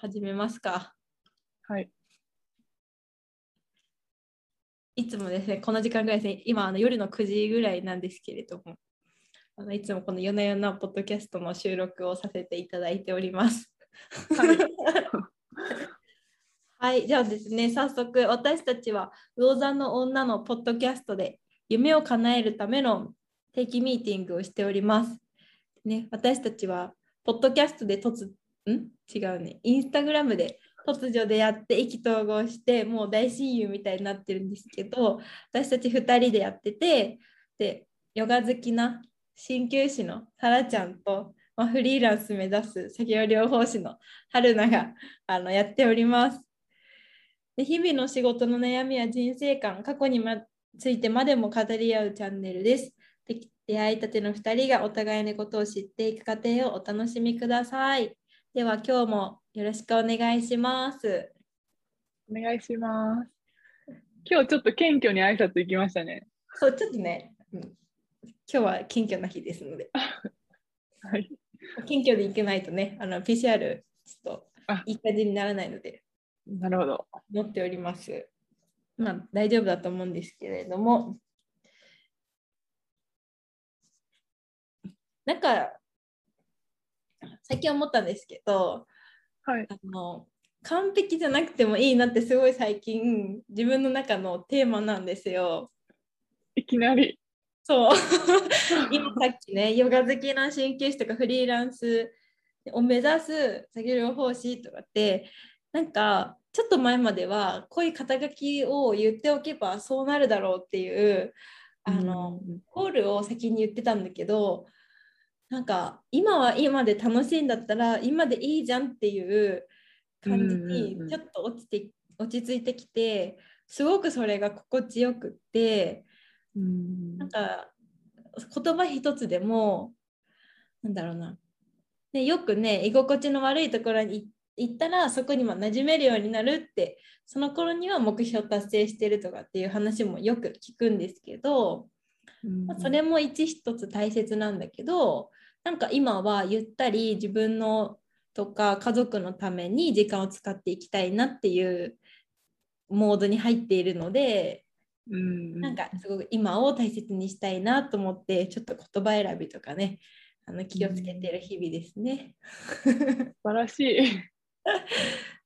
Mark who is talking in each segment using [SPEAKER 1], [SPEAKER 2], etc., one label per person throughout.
[SPEAKER 1] 始めますか。
[SPEAKER 2] はい。
[SPEAKER 1] いつもですね、この時間ぐらいですね、今あの夜の9時ぐらいなんですけれども、あのいつもこの夜な夜なポッドキャストの収録をさせていただいております。
[SPEAKER 2] はい
[SPEAKER 1] はい、じゃあですね、早速私たちは魚座の女のポッドキャストで夢を叶えるための定期ミーティングをしております。ね、私たちはポッドキャストで突ん違うね、インスタグラムで突如出会って意気投合してもう大親友みたいになってるんですけど私たち2人でやっててでヨガ好きな鍼灸師のタラちゃんと、まあ、フリーランス目指す作業療法士の春菜があのやっております。で日々の仕事の悩みや人生観過去にまついてまでも語り合うチャンネルです。で出会いたての2人がお互いのことを知っていく過程をお楽しみください。では今日もよろしくお願いします。
[SPEAKER 2] お願いします。今日ちょっと謙虚に挨拶行きましたね。
[SPEAKER 1] そうちょっとね、うん今日は謙虚な日ですので、
[SPEAKER 2] はい。
[SPEAKER 1] 謙虚でいけないとね、あの PCR ちょっと
[SPEAKER 2] あ
[SPEAKER 1] いい感じにならないので
[SPEAKER 2] なるほど。
[SPEAKER 1] 持っております。まあ大丈夫だと思うんですけれども、なんか最近思ったんですけど、
[SPEAKER 2] はい。
[SPEAKER 1] あの完璧じゃなくてもいいなってすごい最近自分の中のテーマなんですよ。
[SPEAKER 2] いきなり。
[SPEAKER 1] そう今さっきねヨガ好きな鍼灸師とかフリーランスを目指す作業療法士とかってなんかちょっと前まではこういう肩書きを言っておけばそうなるだろうっていうあの、
[SPEAKER 2] うん、
[SPEAKER 1] ゴールを先に言ってたんだけどなんか今は今で楽しいんだったら今でいいじゃんっていう感じに
[SPEAKER 2] うんうんうん
[SPEAKER 1] ちょっと落ちて落ち着いてきてすごくそれが心地よくって。
[SPEAKER 2] うん
[SPEAKER 1] なんか言葉一つでもなんだろうな、ね、よくね居心地の悪いところに行ったらそこにも馴染めるようになるってその頃には目標達成してるとかっていう話もよく聞くんですけど、まあそれも一一つ大切なんだけどなんか今はゆったり自分のとか家族のために時間を使っていきたいなっていうモードに入っているので
[SPEAKER 2] うん、
[SPEAKER 1] なんかすごく今を大切にしたいなと思ってちょっと言葉選びとかねあの気をつけてる日々ですね。
[SPEAKER 2] 素晴らしい。でも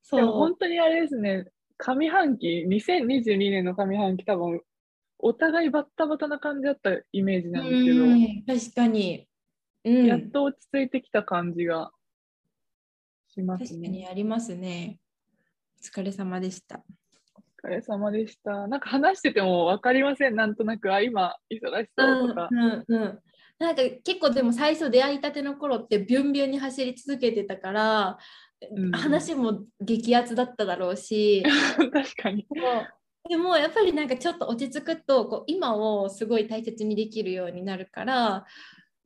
[SPEAKER 1] そう
[SPEAKER 2] 本当にあれですね、上半期、2022年の上半期、多分お互いバッタバタな感じだったイメージなんですけど、
[SPEAKER 1] うん確かに、うん、
[SPEAKER 2] やっと落ち着いてきた感じがしますね。
[SPEAKER 1] 確かにありますね。お疲れ様でした。
[SPEAKER 2] お疲れ様でした。なんか話してても分かりません、なんとなく、あ、今、忙しそうとか。
[SPEAKER 1] うんうん、なんか結構でも最初出会いたての頃ってビュンビュンに走り続けてたから、
[SPEAKER 2] うん
[SPEAKER 1] 話も激アツだっただろうし。
[SPEAKER 2] 確かに。
[SPEAKER 1] そうでもやっぱりなんかちょっと落ち着くとこう今をすごい大切にできるようになるから、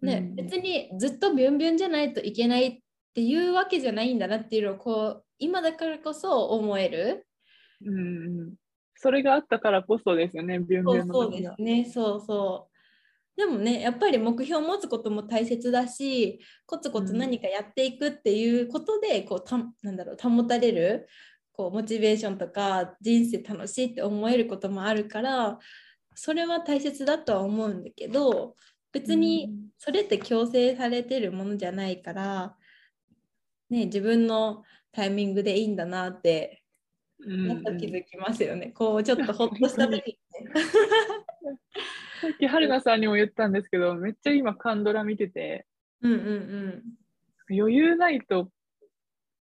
[SPEAKER 1] ね
[SPEAKER 2] うん
[SPEAKER 1] 別にずっとビュンビュンじゃないといけないっていうわけじゃないんだなっていうのをこう今だからこそ思える
[SPEAKER 2] うんうん。それがあったからこそですよね、ビュン
[SPEAKER 1] そ
[SPEAKER 2] ビュ
[SPEAKER 1] う
[SPEAKER 2] ンの
[SPEAKER 1] そう
[SPEAKER 2] 時
[SPEAKER 1] です
[SPEAKER 2] が
[SPEAKER 1] ねそうそうでもねやっぱり目標を持つことも大切だしコツコツ何かやっていくっていうことで、こうたなんだろう保たれるこうモチベーションとか人生楽しいって思えることもあるからそれは大切だとは思うんだけど別にそれって強制されてるものじゃないから、ね、自分のタイミングでいいんだなって
[SPEAKER 2] うんうん
[SPEAKER 1] やっと気づきますよね、こうちょっとほっとした時に
[SPEAKER 2] さっき春菜さんにも言ったんですけど、めっちゃ今、カンドラ見てて、
[SPEAKER 1] うんうんうん
[SPEAKER 2] 余裕ないと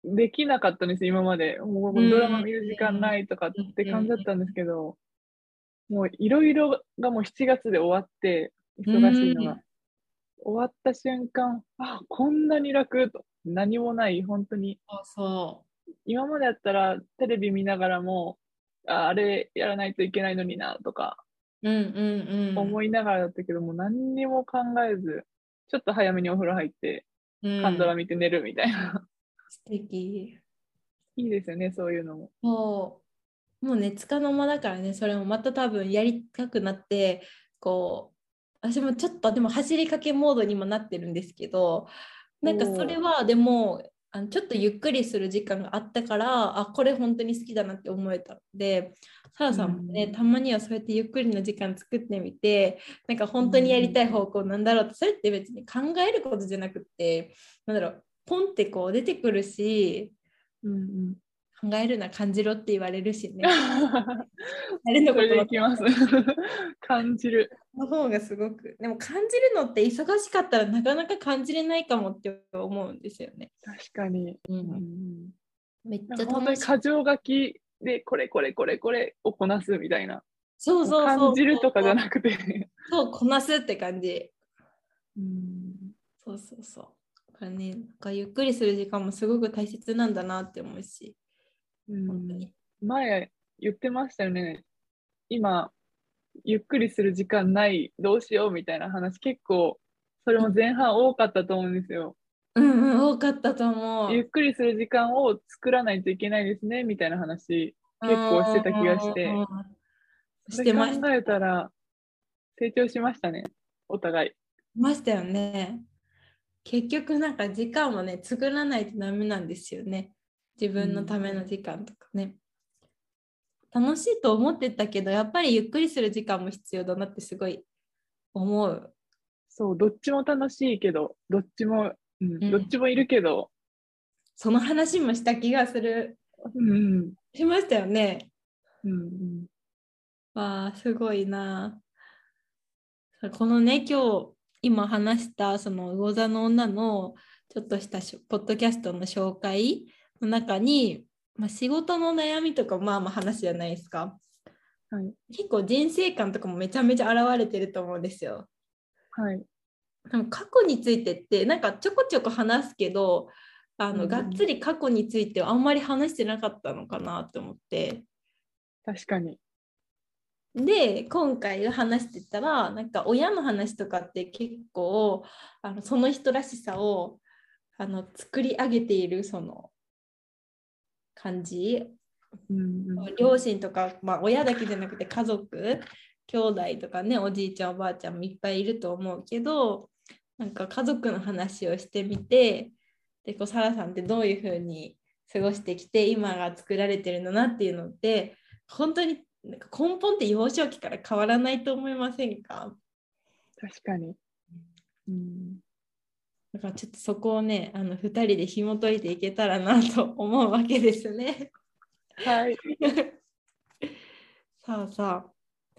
[SPEAKER 2] できなかったんです、今まで。も
[SPEAKER 1] うん
[SPEAKER 2] うドラマ見る時間ないとかって感じだったんですけど、もういろいろがもう7月で終わって、忙しいの
[SPEAKER 1] うん
[SPEAKER 2] が。終わった瞬間、あこんなに楽と、何もない、本当に。
[SPEAKER 1] そうそ
[SPEAKER 2] 今までだったらテレビ見ながらも、ああれやらないといけないのになとか
[SPEAKER 1] う。うんうんうん。
[SPEAKER 2] 思いながらだったけど、もう何にも考えず、ちょっと早めにお風呂入って、
[SPEAKER 1] うん
[SPEAKER 2] カンドラ見て寝るみたいな。
[SPEAKER 1] 素敵。
[SPEAKER 2] いいですよね、そういうのも。
[SPEAKER 1] そう。もうね、つかの間だからね、それもまた多分やりたくなって、こう、私もちょっとでも走りかけモードにもなってるんですけど、なんか
[SPEAKER 2] おー
[SPEAKER 1] それはでも、あのちょっとゆっくりする時間があったからあこれ本当に好きだなって思えたのでサラさんもね、
[SPEAKER 2] うん
[SPEAKER 1] たまにはそうやってゆっくりの時間作ってみてなんか本当にやりたい方向なんだろうって、それって別に考えることじゃなくってなんだろうポンってこう出てくるし
[SPEAKER 2] うんうん。
[SPEAKER 1] 考えるな感じろって言われるしね誰の
[SPEAKER 2] そ
[SPEAKER 1] こ
[SPEAKER 2] れ
[SPEAKER 1] と
[SPEAKER 2] で
[SPEAKER 1] も
[SPEAKER 2] いきます。 感じる。
[SPEAKER 1] の方がすごくでも感じるのって忙しかったらなかなか感じれないかもって思うんですよね。
[SPEAKER 2] 確かに。
[SPEAKER 1] う
[SPEAKER 2] うんうん
[SPEAKER 1] めっちゃ
[SPEAKER 2] なんか本
[SPEAKER 1] 楽
[SPEAKER 2] 当に
[SPEAKER 1] しい。
[SPEAKER 2] 過剰書きでこれこれこれこれをこなすみたいな。
[SPEAKER 1] そうそうそう
[SPEAKER 2] 感じるとかじゃなくて。
[SPEAKER 1] そうこなすって感じ。
[SPEAKER 2] うん
[SPEAKER 1] そうそうそう。だからね、なんかゆっくりする時間もすごく大切なんだなって思うし、
[SPEAKER 2] うん
[SPEAKER 1] 本当に。
[SPEAKER 2] 前言ってましたよね。今、ゆっくりする時間ない、どうしようみたいな話、結構、それも前半多かったと思うんですよ。
[SPEAKER 1] うんうん、多かったと思う。
[SPEAKER 2] ゆっくりする時間を作らないといけないですね、みたいな話。結構してた気がして
[SPEAKER 1] うんうんうんうん。
[SPEAKER 2] そ
[SPEAKER 1] し
[SPEAKER 2] れ
[SPEAKER 1] てまし
[SPEAKER 2] 考えたら、成長しましたね、お互い。
[SPEAKER 1] ましたよね。結局なんか時間はね、作らないとダメなんですよね。自分のための時間とかね。楽しいと思ってたけど、やっぱりゆっくりする時間も必要だなってすごい思う。
[SPEAKER 2] そう、どっちも楽しいけど、どっちも、うん
[SPEAKER 1] うん
[SPEAKER 2] どっちもいるけど、
[SPEAKER 1] その話もした気がする。
[SPEAKER 2] うん、うん、
[SPEAKER 1] しましたよね。
[SPEAKER 2] うんうん、
[SPEAKER 1] わあすごいなあこのね今日今話したその魚座の女のちょっとしたしょポッドキャストの紹介の中に、まあ、仕事の悩みとかまあまあ話じゃないですか
[SPEAKER 2] はい、
[SPEAKER 1] 結構人生観とかもめちゃめちゃ現れてると思うんですよ
[SPEAKER 2] はい、
[SPEAKER 1] でも過去についてってなんかちょこちょこ話すけどあの、
[SPEAKER 2] うん
[SPEAKER 1] がっつり過去についてはあんまり話してなかったのかなと思って
[SPEAKER 2] 確かに。
[SPEAKER 1] で今回話してたらなんか親の話とかって結構あのその人らしさをあの作り上げているその感じ
[SPEAKER 2] うんうん、
[SPEAKER 1] 両親とか、まあ、親だけじゃなくて家族兄弟とかねおじいちゃんおばあちゃんもいっぱいいると思うけどなんか家族の話をしてみてでこうサラさんってどういう風に過ごしてきて今が作られてるのなっていうのって本当になんか根本って幼少期から変わらないと思いませんか
[SPEAKER 2] 確かに。うん、
[SPEAKER 1] だからちょっとそこをねあの2人で紐解いていけたらなと思うわけですね。
[SPEAKER 2] はい、
[SPEAKER 1] さあさあ。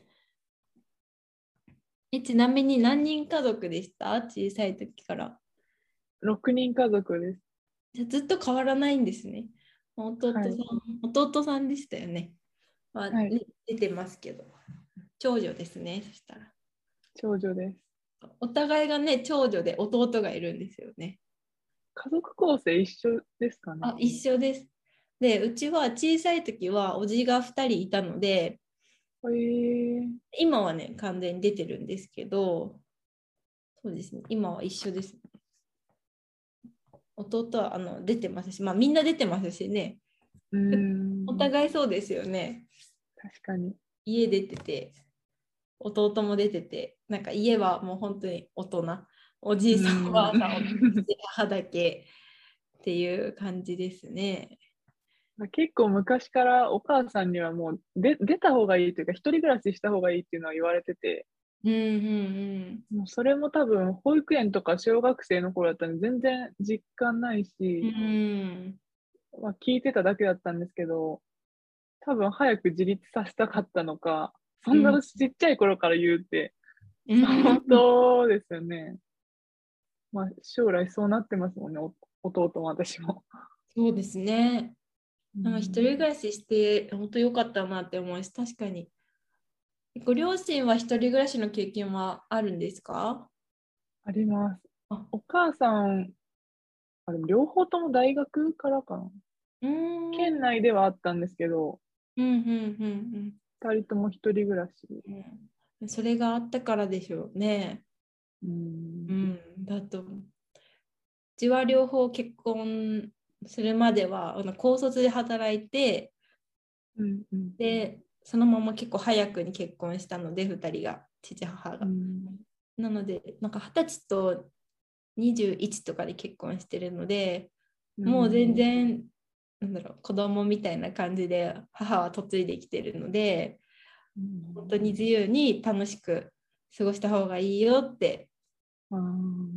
[SPEAKER 1] えちなみに何人家族でした小さい時から。
[SPEAKER 2] 6人家族です。
[SPEAKER 1] じゃあずっと変わらないんですね。弟さん、
[SPEAKER 2] はい
[SPEAKER 1] 弟さんでしたよね。まあ
[SPEAKER 2] はい
[SPEAKER 1] ね出てますけど。長女ですね。そしたら。
[SPEAKER 2] 長女です。
[SPEAKER 1] お互いがね、長女で弟がいるんですよね。
[SPEAKER 2] 家族構成一緒ですかね。
[SPEAKER 1] あ、一緒です。で、うちは小さい時はおじが2人いたので、
[SPEAKER 2] 緒。えー、
[SPEAKER 1] 今はね、完全に出てるんですけど、そうですね、今は一緒です。弟はあの出てますし、まあ、みんな出てますしね、
[SPEAKER 2] うん、
[SPEAKER 1] お
[SPEAKER 2] 確
[SPEAKER 1] 互いそうですよね。
[SPEAKER 2] かに。
[SPEAKER 1] 家出てて、弟も出てて、なんか家はもう本当に大人、おじいさん、
[SPEAKER 2] うん
[SPEAKER 1] おばあさん、お父さん母だけっていう感じですね。
[SPEAKER 2] まあ結構昔からお母さんにはもう出出た方がいいというか、一人暮らしした方がいいっていうのは言われてて、
[SPEAKER 1] うんうん
[SPEAKER 2] もうそれも多分保育園とか小学生の頃だったんで全然実感ないし、
[SPEAKER 1] うん。うん
[SPEAKER 2] まあ、聞いてただけだったんですけど多分早く自立させたかったのかそん
[SPEAKER 1] う
[SPEAKER 2] なんちっちゃい頃から言うって、
[SPEAKER 1] うん
[SPEAKER 2] 本当ですよね。まあ将来そうなってますもんねお弟も私も。
[SPEAKER 1] そうですね。なんか一人暮らしして本当良かったなって思うし確かにご両親は一人暮らしの経験はあるんですか
[SPEAKER 2] あります
[SPEAKER 1] あ。
[SPEAKER 2] お母さんあでも両方とも大学からかな。
[SPEAKER 1] うーんうん
[SPEAKER 2] 県内ではあったんですけど
[SPEAKER 1] うんうん
[SPEAKER 2] 2人とも一人暮らし。
[SPEAKER 1] うんうんそれがあったからでしょうね
[SPEAKER 2] うん
[SPEAKER 1] うんだと思ううちは両方結婚するまではあの高卒で働いて
[SPEAKER 2] うんうん
[SPEAKER 1] でそのまま結構早くに結婚したので2人が父母が
[SPEAKER 2] う。ん
[SPEAKER 1] なので、なんか二十歳と21とかで結婚してるので、もう全然なんだろう子供みたいな感じで母は嫁いできてるので
[SPEAKER 2] うん、
[SPEAKER 1] 本当に自由に楽しく過ごした方がいいよって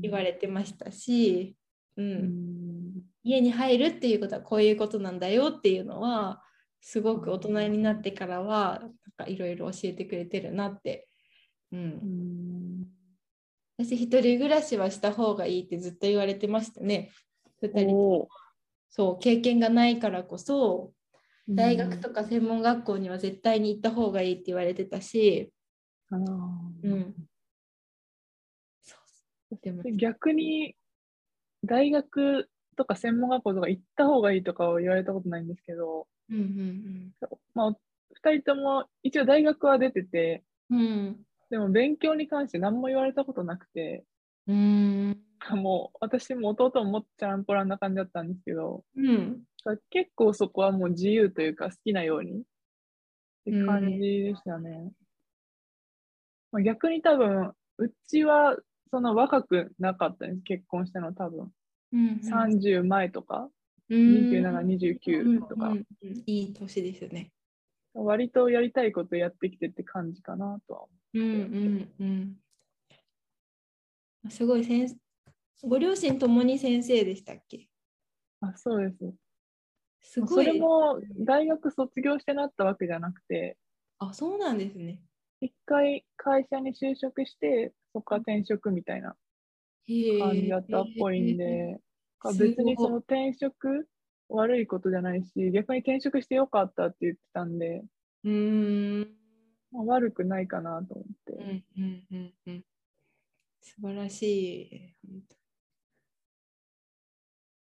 [SPEAKER 1] 言わ
[SPEAKER 2] れ
[SPEAKER 1] れてましたし、う、
[SPEAKER 2] うんん
[SPEAKER 1] 家に入るっていうことはこういうことなんだよっていうのはすごく大人になってからはいろいろ教えてくれてるなって、う、
[SPEAKER 2] うんん
[SPEAKER 1] 私一人暮らしはした方がいいってずっと言われてましたね。二人とも
[SPEAKER 2] おー
[SPEAKER 1] そう経験がないからこそ
[SPEAKER 2] うん
[SPEAKER 1] 大学とか専門学校には絶対に行った方がいいって言われてたし、
[SPEAKER 2] あー
[SPEAKER 1] うん、そうでも
[SPEAKER 2] で逆に大学とか専門学校とか行った方がいいとかは言われたことないんですけど、
[SPEAKER 1] うんうん
[SPEAKER 2] まあ、2人とも一応大学は出てて
[SPEAKER 1] うん
[SPEAKER 2] でも勉強に関して何も言われたことなくて
[SPEAKER 1] うん
[SPEAKER 2] もう私も弟ももっとちゃらんぽらんな感じだったんですけど
[SPEAKER 1] うん
[SPEAKER 2] 結構そこはもう自由というか好きなようにって感じでしたね。まあ、逆に多分うちはその若くなかったんです結婚したの多分
[SPEAKER 1] うん
[SPEAKER 2] 30前とか、
[SPEAKER 1] 27
[SPEAKER 2] 2729とか、
[SPEAKER 1] うんうんうんいい年ですよね。
[SPEAKER 2] 割とやりたいことやってきてって感じかなとは思
[SPEAKER 1] うんうんうん。すごい先ご両親ともに先生でしたっけ
[SPEAKER 2] うあそうです
[SPEAKER 1] す
[SPEAKER 2] そ
[SPEAKER 1] ごい。
[SPEAKER 2] れも大学卒業してなったわけじゃなくて
[SPEAKER 1] あそうなんですね。
[SPEAKER 2] 一回会社に就職してそこから転職みたいな
[SPEAKER 1] へえ
[SPEAKER 2] 感じだったっぽいんで、
[SPEAKER 1] すごい
[SPEAKER 2] 別にその転職悪いことじゃないし逆に転職してよかったって言ってたんで、
[SPEAKER 1] うーん
[SPEAKER 2] まあ、悪くないかなと思って。
[SPEAKER 1] うんうんうんうん。素晴らしい。本当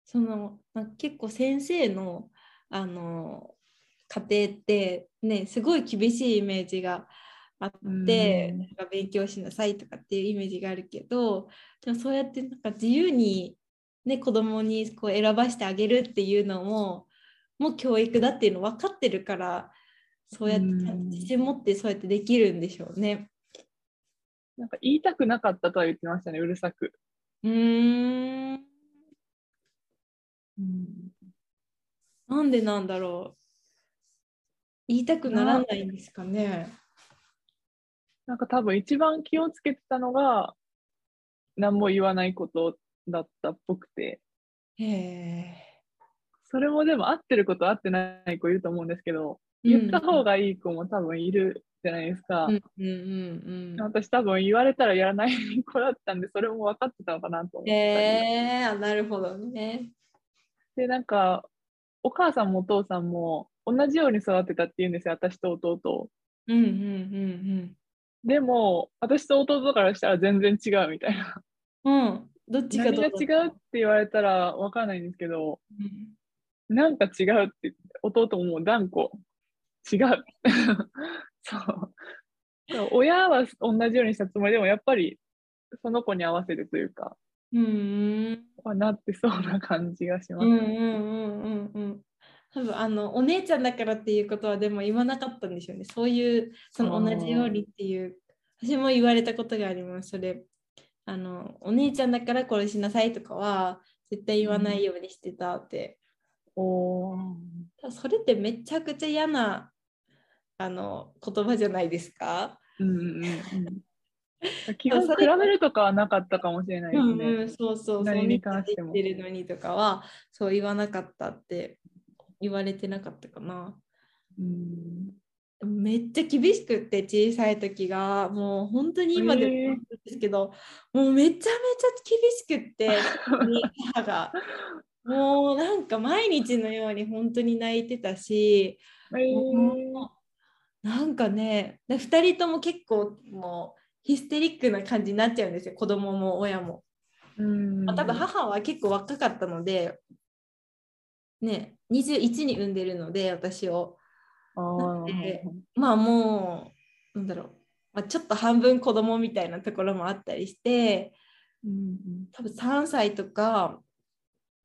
[SPEAKER 1] そのなんか結構先生のあの家庭ってねすごい厳しいイメージがあって、
[SPEAKER 2] うん
[SPEAKER 1] なんか勉強しなさいとかっていうイメージがあるけどでもそうやってなんか自由に、ね、子供にこう選ばしてあげるっていうのももう教育だっていうの分かってるからそうやって
[SPEAKER 2] うん
[SPEAKER 1] ちゃんと自信持ってそうやってできるんでしょうね。
[SPEAKER 2] なんか言いたくなかったとは言ってましたね、うるさく。
[SPEAKER 1] うーん、なんでなんだろう。言いたくならないんですかね。
[SPEAKER 2] なんか多分一番気をつけてたのが、何も言わないことだったっぽくて、
[SPEAKER 1] へえ。
[SPEAKER 2] それもでも合ってること合ってない子いると思うんですけど、
[SPEAKER 1] うん
[SPEAKER 2] 言った方がいい子も多分いるじゃないですか。
[SPEAKER 1] うんうんうんう
[SPEAKER 2] 私多分言われたらやらない子だったんで、それも分かってたのかなと思っ
[SPEAKER 1] ん。
[SPEAKER 2] たり、
[SPEAKER 1] へえ、あなるほどね。
[SPEAKER 2] で、なんか、お母さんもお父さんも同じように育てたって言うんですよ、私と弟を。
[SPEAKER 1] うんうん
[SPEAKER 2] でも、私と弟からしたら全然違うみたいな。
[SPEAKER 1] うんうん。うん、どっちか
[SPEAKER 2] 何
[SPEAKER 1] と
[SPEAKER 2] が違うって言われたら分かんないんですけど、
[SPEAKER 1] うん
[SPEAKER 2] なんか違うって、弟ももう断固、違う。 そう。親は同じようにしたつもりでも、やっぱりその子に合わせてというか、
[SPEAKER 1] うんうん
[SPEAKER 2] はなってそうな感じがしま
[SPEAKER 1] う
[SPEAKER 2] す。
[SPEAKER 1] んうんうんうん。多分あのお姉ちゃんだからっていうことはでも言わなかったんでしょうね。そういうその同じようにっていう私も言われたことがあります。それあのお姉ちゃんだからこれしなさいとかは絶対言わないようにしてたって。
[SPEAKER 2] おー
[SPEAKER 1] それってめちゃくちゃ嫌なあの言葉じゃないですか。
[SPEAKER 2] うんうんうんうん。基本
[SPEAKER 1] そ
[SPEAKER 2] 比
[SPEAKER 1] れ
[SPEAKER 2] べるとかはなかったかもしれないで
[SPEAKER 1] う
[SPEAKER 2] す
[SPEAKER 1] ん
[SPEAKER 2] ね。
[SPEAKER 1] うん、そうそうそう。
[SPEAKER 2] 何に関しても
[SPEAKER 1] お姉ちゃんって言ってるのにとかはそう言わなかったって言われてなかったかな。
[SPEAKER 2] うん
[SPEAKER 1] めっちゃ厳しくって小さい時がもう本当に今でも
[SPEAKER 2] へえ
[SPEAKER 1] なんですけど、もうめちゃめちゃ厳しくって本当に母がもうなんか毎日のように本当に泣いてたし、
[SPEAKER 2] えー
[SPEAKER 1] もうなんかね2人とも結構もうヒステリックな感じになっちゃうんですよ子供も親も。
[SPEAKER 2] うん
[SPEAKER 1] まあ、多分母は結構若かったので、ね、21に産んでるので私を。
[SPEAKER 2] あー
[SPEAKER 1] でまあもうなんだろう、まあ、ちょっと半分子供みたいなところもあったりして
[SPEAKER 2] うん
[SPEAKER 1] 多分3歳とか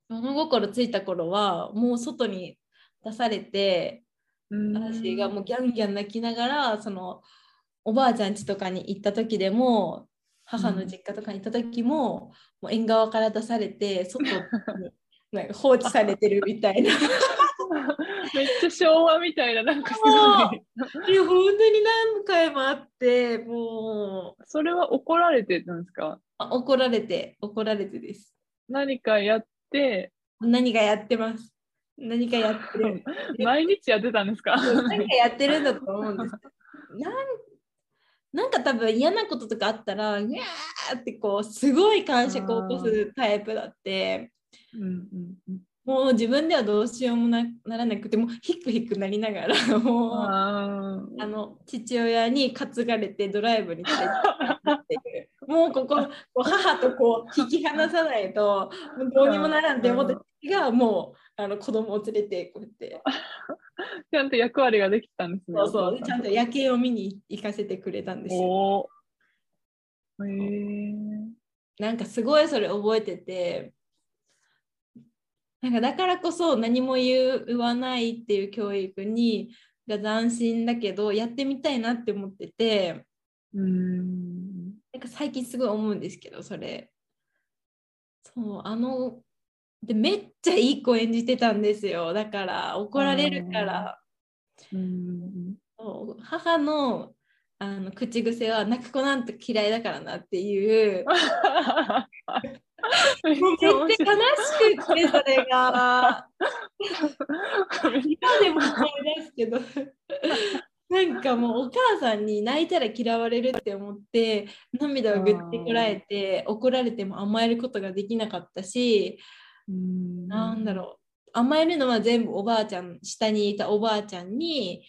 [SPEAKER 1] 物心ついた頃はもう外に出されて
[SPEAKER 2] うん
[SPEAKER 1] 私がもうギャンギャン泣きながらそのおばあちゃん家とかに行った時でも母の実家とかに行った時も,、もう縁側から出されて外になんか放置されてるみた いな。
[SPEAKER 2] めっちゃ昭和みたいな、なんかすご
[SPEAKER 1] そ
[SPEAKER 2] い。
[SPEAKER 1] いや本当に何回もあってもう
[SPEAKER 2] それは怒られてたんですか
[SPEAKER 1] あ怒られて怒られてです。
[SPEAKER 2] 何かやって、
[SPEAKER 1] 何かやってます。何かやってる。
[SPEAKER 2] 毎日やってたんですか
[SPEAKER 1] 何かやってるんだと思うんですよ。なんなんか多分嫌なこととかあったら、にゃーってこう、すごい感触を起こすタイプだって、
[SPEAKER 2] うんうんうん
[SPEAKER 1] もう自分ではどうしようもなならなくて、もうヒクヒクなりながら、もう、あ
[SPEAKER 2] あー
[SPEAKER 1] の、父親に担がれてドライブに連れて行ったっていう。もうここ、こう母とこう、引き離さないと、もうどうにもならんって思った父が、もう、あの子供を連れて、こうやって。
[SPEAKER 2] ちゃんと役割ができてたんですね。
[SPEAKER 1] そうそう
[SPEAKER 2] お
[SPEAKER 1] で
[SPEAKER 2] 父
[SPEAKER 1] ち
[SPEAKER 2] さ
[SPEAKER 1] ゃ
[SPEAKER 2] ん
[SPEAKER 1] んと夜景を見に行かせてくれたんですよ。
[SPEAKER 2] おーへ
[SPEAKER 1] なんかすごいそれ覚えててなんかだからこそ何も言う言わないっていう教育にが斬新だけどやってみたいなって思ってて
[SPEAKER 2] え。うん。
[SPEAKER 1] なんか最近すごい思うんですけどそれそうあのでめっちゃいい子演じてたんですよだから怒られるから。
[SPEAKER 2] うん。
[SPEAKER 1] そう母のあの口癖は泣く子なんて嫌いだからなっていうもうめっちゃ悲しくってそ
[SPEAKER 2] めっちゃ面
[SPEAKER 1] れが
[SPEAKER 2] 白い。
[SPEAKER 1] 今でも思い出すけどなんかもうお母さんに泣いたら嫌われるって思って涙をぐってこらえて怒られても甘えることができなかったし
[SPEAKER 2] うん
[SPEAKER 1] なんだろう甘えるのは全部おばあちゃん下にいたおばあちゃんに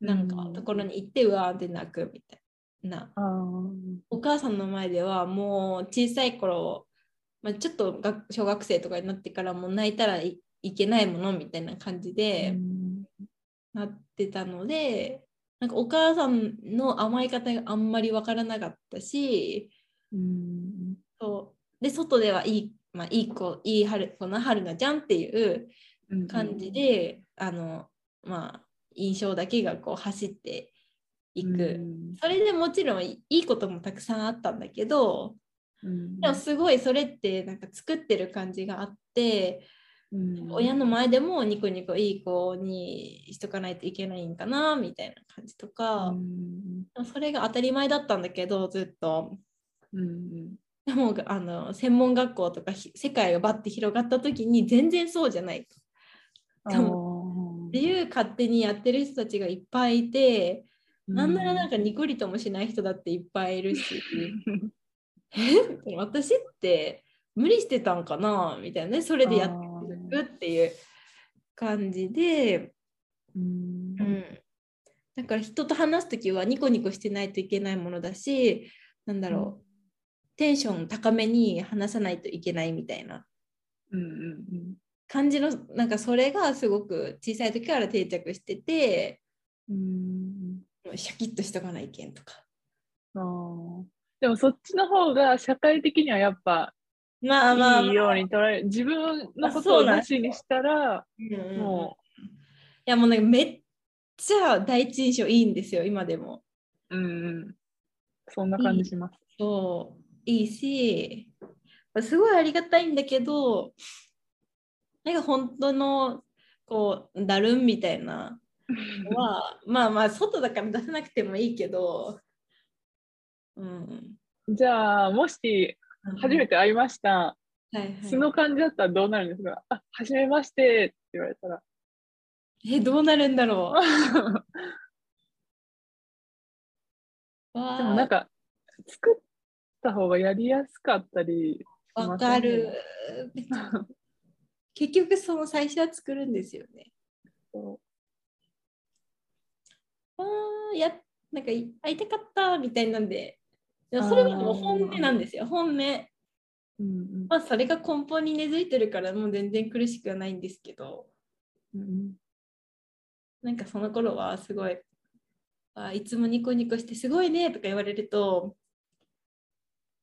[SPEAKER 1] なんかところに行ってうわーって泣くみたいな。
[SPEAKER 2] あー
[SPEAKER 1] お母さんの前ではもう小さい頃、まあ、ちょっとが小学生とかになってからもう泣いたらいいけないものみたいな感じ
[SPEAKER 2] う
[SPEAKER 1] で
[SPEAKER 2] ん
[SPEAKER 1] なってたので、なんかお母さんの甘え方があんまりわからなかったし
[SPEAKER 2] うん
[SPEAKER 1] そうで外ではいい,、まあ、いい子いい春この春菜ちゃんっていう
[SPEAKER 2] うん
[SPEAKER 1] 感じで、あのまあ印象だけがこう走っていく。
[SPEAKER 2] うん
[SPEAKER 1] それでもちろんいいこともたくさんあったんだけど
[SPEAKER 2] うん
[SPEAKER 1] でもすごいそれってなんか作ってる感じがあって、
[SPEAKER 2] うん
[SPEAKER 1] 親の前でもニコニコいい子にしとかないといけないんかなみたいな感じとか、
[SPEAKER 2] うん
[SPEAKER 1] でもそれが当たり前だったんだけどずっと
[SPEAKER 2] うん
[SPEAKER 1] でもあの専門学校とかひ世界がバッて広がった時に全然そうじゃない
[SPEAKER 2] あ
[SPEAKER 1] でっていう勝手にやってる人たちがいっぱいいて、
[SPEAKER 2] ー
[SPEAKER 1] なんならなんかニコリともしない人だっていっぱいいるし。えみたいな私って無理してたんかなみたいなねそれでやっていくっていう感じで、
[SPEAKER 2] うん
[SPEAKER 1] うん、だから人と話す時はニコニコしてないといけないものだしなんだろう、
[SPEAKER 2] うん
[SPEAKER 1] テンション高めに話さないといけないみたいな
[SPEAKER 2] うんうん
[SPEAKER 1] 感じのなんかそれがすごく小さい時から定着してて
[SPEAKER 2] うんうん
[SPEAKER 1] シャキッとしとかないけんとか。
[SPEAKER 2] あーでもそっちの方が社会的にはやっぱ
[SPEAKER 1] まあまあ、
[SPEAKER 2] いいように捉える自分のこ
[SPEAKER 1] あ
[SPEAKER 2] と
[SPEAKER 1] そ
[SPEAKER 2] を
[SPEAKER 1] うなん
[SPEAKER 2] な
[SPEAKER 1] です
[SPEAKER 2] しにしたら
[SPEAKER 1] うんうん
[SPEAKER 2] も
[SPEAKER 1] いやもうねめっちゃ第一印象いいんですよ今でも。
[SPEAKER 2] ううんうんそんな感じします。
[SPEAKER 1] そういいしすごいありがたいんだけどなんか本当のこうだるんみたいなのは まあまあ外だから出せなくてもいいけど、うん、
[SPEAKER 2] じゃあもし初め
[SPEAKER 1] て、
[SPEAKER 2] て会いました、
[SPEAKER 1] はいはい
[SPEAKER 2] 素の感じだったらどうなるんですか、あ、はじめましてって言われたら。
[SPEAKER 1] えどうなるんだろう わ
[SPEAKER 2] でもなん
[SPEAKER 1] か
[SPEAKER 2] か、作った方がやりやすかったり、
[SPEAKER 1] わかる 結局その最初は作るんですよね
[SPEAKER 2] そ
[SPEAKER 1] あーやなんかい会いたかったみたいなんででもそれはもう本音なんですよ本音
[SPEAKER 2] う。うん
[SPEAKER 1] まあそれが根本に根付いてるからもう全然苦しくはないんですけど
[SPEAKER 2] うんうん
[SPEAKER 1] なんかその頃はすごい「あいつもニコニコしてすごいね」とか言われると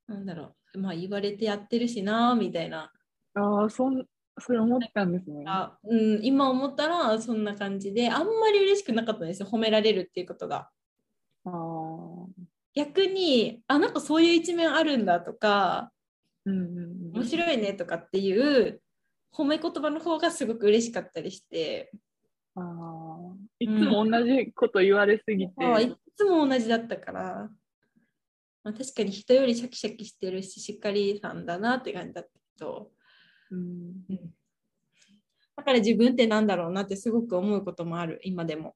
[SPEAKER 1] なんだろうまあ言われてやってるしなみたいな
[SPEAKER 2] ああ、そん、それ思ったんですね。
[SPEAKER 1] あ、うん、今思ったらそんな感じであんまり嬉しくなかったんですよ褒められるっていうことが。
[SPEAKER 2] ああ、
[SPEAKER 1] 逆にあなんかそういう一面あるんだとか
[SPEAKER 2] うんうんうん。
[SPEAKER 1] 面白いねとかっていう褒め言葉の方がすごく嬉しかったりして、
[SPEAKER 2] あーいつも同じこと言われすぎて、
[SPEAKER 1] あいつも同じだったから、まあ、確かに人よりシャキシャキしてるししっかりさんだなって感じだったけど、
[SPEAKER 2] うん、
[SPEAKER 1] だから自分ってなんだろうなってすごく思うこともある今でも。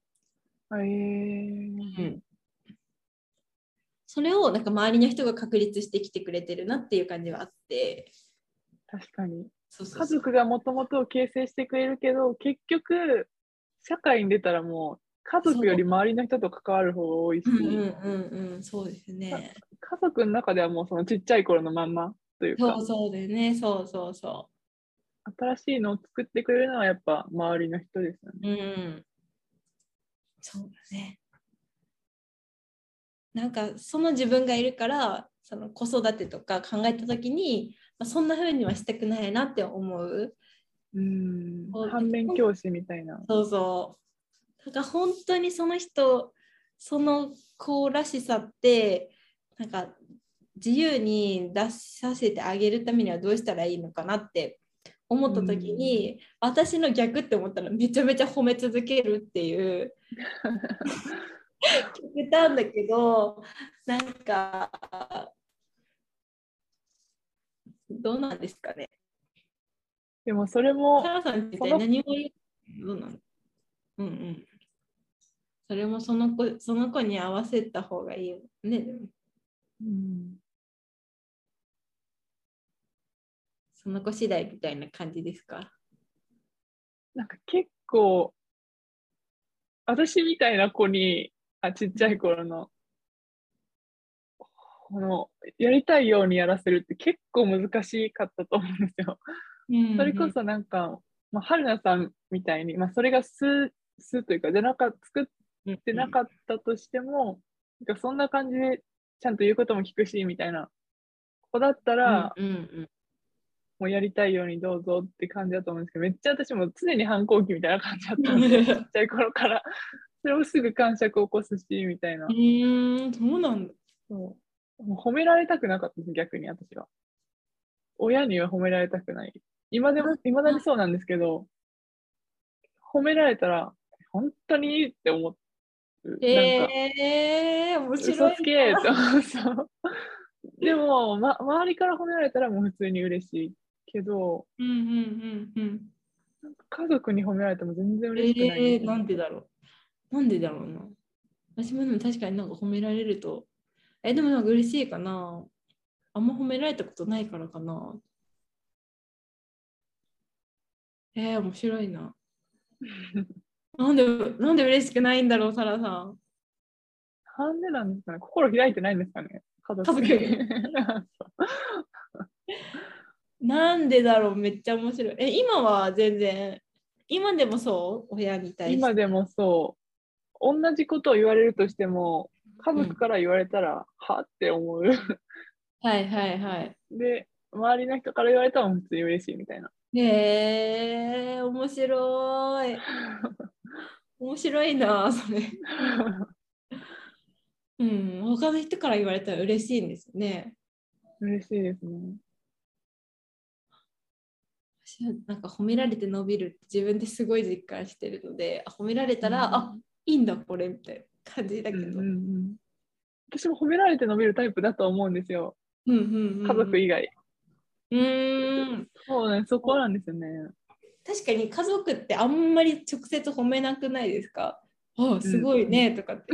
[SPEAKER 2] えー
[SPEAKER 1] それをなんか周りの人が確立してきてくれてるなっていう感じはあって
[SPEAKER 2] 確かに
[SPEAKER 1] そうそう
[SPEAKER 2] 家
[SPEAKER 1] そう
[SPEAKER 2] 族がもともと形成してくれるけど結局社会に出たらもう家族より周りの人と関わる方が多いし、
[SPEAKER 1] うんうんうんうんそうですね。
[SPEAKER 2] 家族の中ではもうそのちっちゃい頃のまんまというか
[SPEAKER 1] そうそうだよねそうそうそ
[SPEAKER 2] 新しいのを作ってくれるのはやっぱ周りの人ですよね。
[SPEAKER 1] う。うんそうだね。なんかその自分がいるからその子育てとか考えた時に、まあ、そんな風にはしたくないなって思う。
[SPEAKER 2] うん
[SPEAKER 1] そう
[SPEAKER 2] 反面教師みたいな。
[SPEAKER 1] そうそう。なんか本当にその人その子らしさってなんか自由に出させてあげるためにはどうしたらいいのかなって思った時に、私の逆って思ったらめちゃめちゃ褒め続けるっていう聞けたんだけどなんかどうなんですかね
[SPEAKER 2] でもそれも
[SPEAKER 1] サラさんって何を言うどうなのうんうん。それもその子その子に合わせた方がいいよね。でも
[SPEAKER 2] うん
[SPEAKER 1] その子次第みたいな感じですか。
[SPEAKER 2] なんか結構私みたいな子にあちっちゃい頃のこのやりたいようにやらせるって結構難しかったと思うんですよ。それこそなんか、まあ、春菜さんみたいに、まあ、それが素素というかじゃなか作っ
[SPEAKER 1] うんうん、
[SPEAKER 2] ってなかったとしても、なんかそんな感じでちゃんと言うことも聞くしみたいな子だったら、
[SPEAKER 1] うんうん
[SPEAKER 2] もうやりたいようにどうぞって感じだと思うんですけどめっちゃ私も常に反抗期みたいな感じだったんでちっちゃい頃からそれをすぐ感触を起こすしみたいな
[SPEAKER 1] う、ん。うーん、そうなんだ。
[SPEAKER 2] そうもう褒められたくなかったです逆に私は親には褒められたくない今でも未だにそうなんですけど褒められたら本当にいいって思う、なんか
[SPEAKER 1] えー、面白い
[SPEAKER 2] 嘘つけとそうでも、ま、周りから褒められたらもう普通に嬉しいけど
[SPEAKER 1] うんうんうんうん。
[SPEAKER 2] なんか家族に褒められても全然嬉しくな
[SPEAKER 1] え
[SPEAKER 2] い
[SPEAKER 1] ー、
[SPEAKER 2] ですね
[SPEAKER 1] なんでだろう。なんでだろうな。私もでも確かになんか褒められると。え、でもなんか嬉しいかな。あんま褒められたことないからかな。えー、面白い な。なんで、なんで嬉しくないんだろう、サラさん。
[SPEAKER 2] なんでなんですかね心開いてないんですかね家族に
[SPEAKER 1] 家族なんでだろう、めっちゃ面白い。え、今は全然、今でもそう親に 対して。
[SPEAKER 2] 今でもそう同じことを言われるとしても家族から言われたら、はって思う
[SPEAKER 1] はいはいはい。
[SPEAKER 2] で周りの人から言われたら普通に嬉しいみたいな
[SPEAKER 1] へえー、面白 い。面白いな、それ。うん、他の人から言われたら嬉しいんですよね。
[SPEAKER 2] 嬉しいですね
[SPEAKER 1] 私はなんか褒められて伸びるって自分ですごい実感してるので、あ褒められたら、あいいんだこれみたいな感じだけど。
[SPEAKER 2] うんうんうん私も褒められて伸びるタイプだと思うんですよ、
[SPEAKER 1] うんうんうん
[SPEAKER 2] 家族以外。
[SPEAKER 1] うーん
[SPEAKER 2] そうね、そこなんですよね。
[SPEAKER 1] 確かに家族ってあんまり直接褒めなくないですかあすごいねとか って。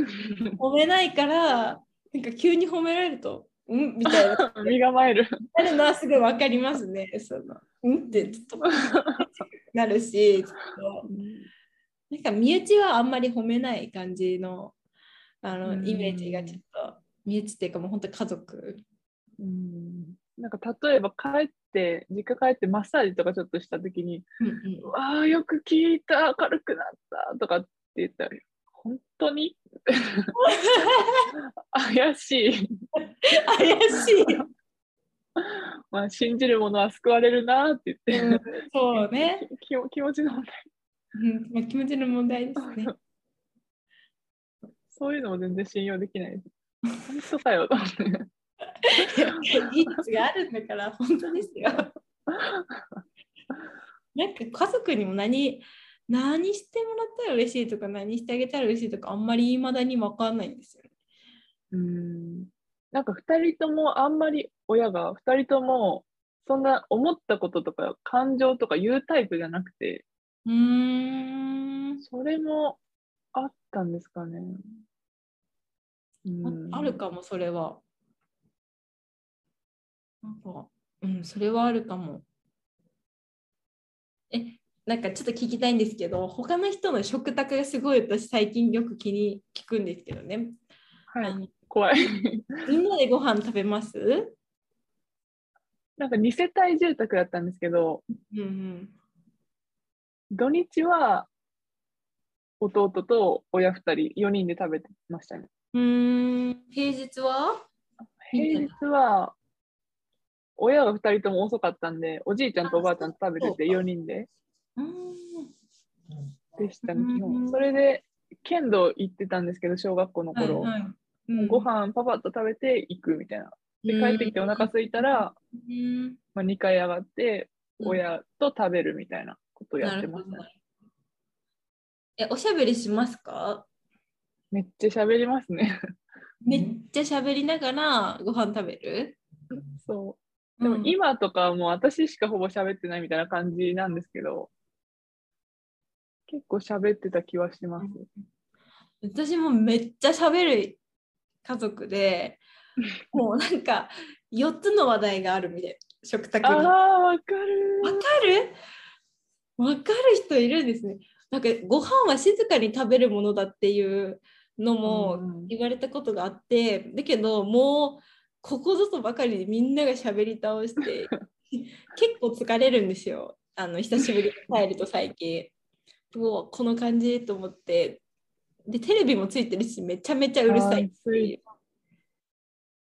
[SPEAKER 1] 褒めないから、なんか急に褒められると、うんみたいな。
[SPEAKER 2] 身構える。
[SPEAKER 1] なるのはすごいわかりますね。そのうんってちょっとなるし、ちょっとなんか身内はあんまり褒めない感じのあの
[SPEAKER 2] うん
[SPEAKER 1] イメージがちょっと、身内っていうかもう本当家族。
[SPEAKER 2] うんなんか例えば帰って、実家帰ってマッサージとかちょっとしたときに、
[SPEAKER 1] うん
[SPEAKER 2] わあ、よく聞いた、明るくなったとかって言ったら、本当に怪しい。
[SPEAKER 1] 怪しい。
[SPEAKER 2] まあ、信じる者は救われるなって言
[SPEAKER 1] う
[SPEAKER 2] っ
[SPEAKER 1] んそうね、
[SPEAKER 2] て、気気持ちの問題。
[SPEAKER 1] うんまあ、気持ちの問題ですね。
[SPEAKER 2] そういうのも全然信用できないです。本当かよと思って。
[SPEAKER 1] 技術があるんだから本当ですよ。なんか家族にも何何してもらったら嬉しいとか何してあげたら嬉しいとかあんまりいまだに分かんないんですよね。
[SPEAKER 2] うんなんか2人ともあんまり親が2人ともそんな思ったこととか感情とか言うタイプじゃなくて
[SPEAKER 1] うーん
[SPEAKER 2] それもあったんですかね。うん
[SPEAKER 1] ああるかもそれは。なんかうんそれはあるかも。えなんかちょっと聞きたいんですけど他の人の食卓がすごい私最近よく気に聞くんですけどね。
[SPEAKER 2] は
[SPEAKER 1] あ
[SPEAKER 2] い、
[SPEAKER 1] の
[SPEAKER 2] 怖い。
[SPEAKER 1] みんなでご飯食べます
[SPEAKER 2] なんか2世帯住宅だったんですけど、
[SPEAKER 1] うんうん。
[SPEAKER 2] 土日は弟と親2人、4人で食べてましたね。
[SPEAKER 1] うーん平日は
[SPEAKER 2] 平日は親が2人とも遅かったんで、おじいちゃんとおばあちゃんと食べてて
[SPEAKER 1] あそうか
[SPEAKER 2] 4人で
[SPEAKER 1] うーん
[SPEAKER 2] でしたね、基
[SPEAKER 1] うん
[SPEAKER 2] 本。それで剣道行ってたんですけど、小学校の頃。
[SPEAKER 1] はいはいうん
[SPEAKER 2] ご飯パパッと食べて行くみたいな。で、帰ってきてお腹空いたら、
[SPEAKER 1] うん
[SPEAKER 2] まあ、2回上がって、親と食べるみたいなことをや
[SPEAKER 1] な
[SPEAKER 2] って
[SPEAKER 1] る
[SPEAKER 2] ま
[SPEAKER 1] ほ
[SPEAKER 2] し
[SPEAKER 1] ど
[SPEAKER 2] たね。
[SPEAKER 1] えおしゃべりしますか
[SPEAKER 2] めっちゃ喋りますね。
[SPEAKER 1] めっちゃ喋りながらご飯食べる
[SPEAKER 2] そう。でも
[SPEAKER 1] うん
[SPEAKER 2] 今とかはもう私しかほぼ喋ってないみたいな感じなんですけど、結構喋ってた気はします。
[SPEAKER 1] 私もめっちゃ喋る家族でもうなんか4つの話題があるみたいな食卓
[SPEAKER 2] あ
[SPEAKER 1] に。
[SPEAKER 2] あー、
[SPEAKER 1] わか
[SPEAKER 2] わか
[SPEAKER 1] る
[SPEAKER 2] る。
[SPEAKER 1] わかる人いるんですね。なんかご飯は静かに食べるものだっていうのも
[SPEAKER 2] うんうん
[SPEAKER 1] 言われたことがあって、だけどもうここぞとばかりでみんなが喋り倒して 結構疲れるんですよあの久しぶりに帰ると最近もうこの感じと思ってでテレビもついてるしめちゃめちゃうるさいっていう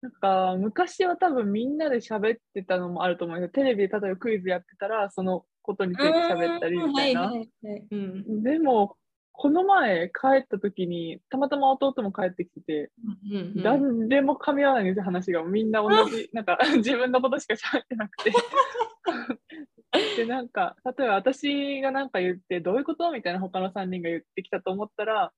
[SPEAKER 2] なんか昔は多分みんなで喋ってたのもあると思うんですよ。テレビで例えばクイズやってたら、そのことについて喋ったりみたい
[SPEAKER 1] うん
[SPEAKER 2] な
[SPEAKER 1] は。いはいはいうん
[SPEAKER 2] でも、この前帰った時に、たまたま弟も帰ってきてて、
[SPEAKER 1] うんうん
[SPEAKER 2] 誰も噛み合わないんですよ、話が。みんな同 じ、なんか自分のことしか喋ってなくて。 で、なんか、例えば私がなんか言って、どういうことみたいな他の3人が言ってきたと思ったら、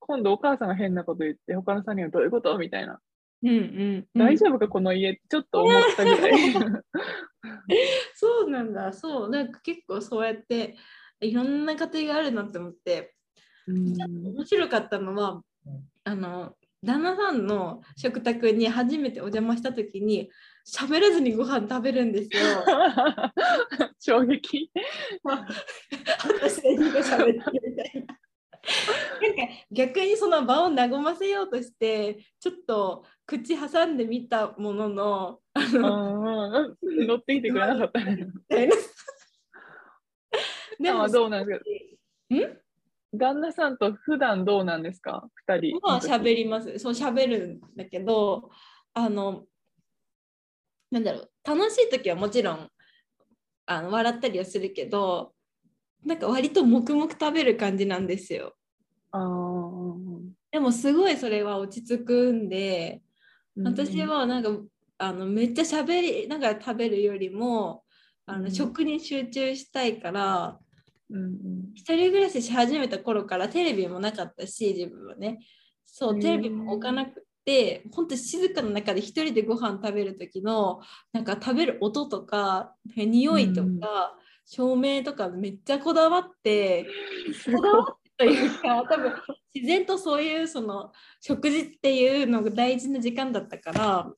[SPEAKER 2] 今度お母さんが変なこと言って、他の3人がどういうことみたいな。
[SPEAKER 1] うんうんうん
[SPEAKER 2] 大丈夫か、この家ちょっと思ったぐらい。
[SPEAKER 1] そうなんだそうなんか結構そうやっていろんな家庭があるなって思って
[SPEAKER 2] うん
[SPEAKER 1] 面白かったのはあの旦那さんの食卓に初めてお邪魔した時に喋らずにご飯食べるんですよ。
[SPEAKER 2] 衝撃。
[SPEAKER 1] 私が喋ってるみたいな。なんか逆にその場を和ませようとしてちょっと口挟んでみたものの
[SPEAKER 2] うんうん乗ってきてくれなかった
[SPEAKER 1] み
[SPEAKER 2] ね。
[SPEAKER 1] たいな
[SPEAKER 2] で
[SPEAKER 1] で
[SPEAKER 2] も
[SPEAKER 1] も
[SPEAKER 2] どうなんですか旦那さんと普段どうなんですか二人。
[SPEAKER 1] まあ喋ります。そう喋るんだけど、あの、なんだろう、楽しい時はもちろんあの笑ったりはするけど、なんか割と黙々食べる感じなんですよ。
[SPEAKER 2] あー
[SPEAKER 1] でもすごいそれは落ち着くんで、
[SPEAKER 2] うん
[SPEAKER 1] 私はなんかあのめっちゃ喋りながら食べるよりも、あ
[SPEAKER 2] う
[SPEAKER 1] の
[SPEAKER 2] ん
[SPEAKER 1] 食に集中したいから、
[SPEAKER 2] うんうん
[SPEAKER 1] 一人暮らしし始めた頃からテレビもなかったし自分はねそ
[SPEAKER 2] へ
[SPEAKER 1] う
[SPEAKER 2] ー
[SPEAKER 1] テレビも置かなくて本当静かな中で一人でご飯食べる時のなんか食べる音とか匂いとか、
[SPEAKER 2] うん
[SPEAKER 1] 照明とかめっちゃこだわって
[SPEAKER 2] す
[SPEAKER 1] こ
[SPEAKER 2] ごい
[SPEAKER 1] だわってというか多分自然とそういうその食事っていうのが大事な時間だったから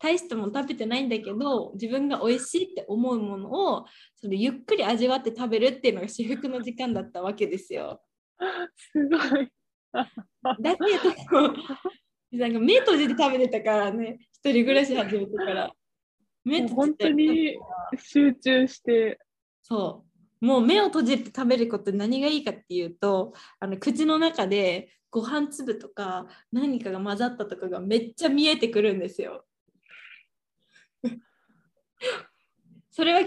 [SPEAKER 1] 大したもん食べてないんだけど自分が美味しいって思うものをそのゆっくり味わって食べるっていうのが至福の時間だったわけですよ。
[SPEAKER 2] す ごい。
[SPEAKER 1] だけどなんか目閉じて食べてたからね一人暮らし始めてから。目
[SPEAKER 2] もう
[SPEAKER 1] 閉じ
[SPEAKER 2] 本
[SPEAKER 1] て
[SPEAKER 2] 当に集中して。
[SPEAKER 1] そうもう目を閉じて食べること何がいいかっていうとあの口の中でご飯粒とか何かが混ざったとかがめっちゃ見えてくるんですよ。 それは汚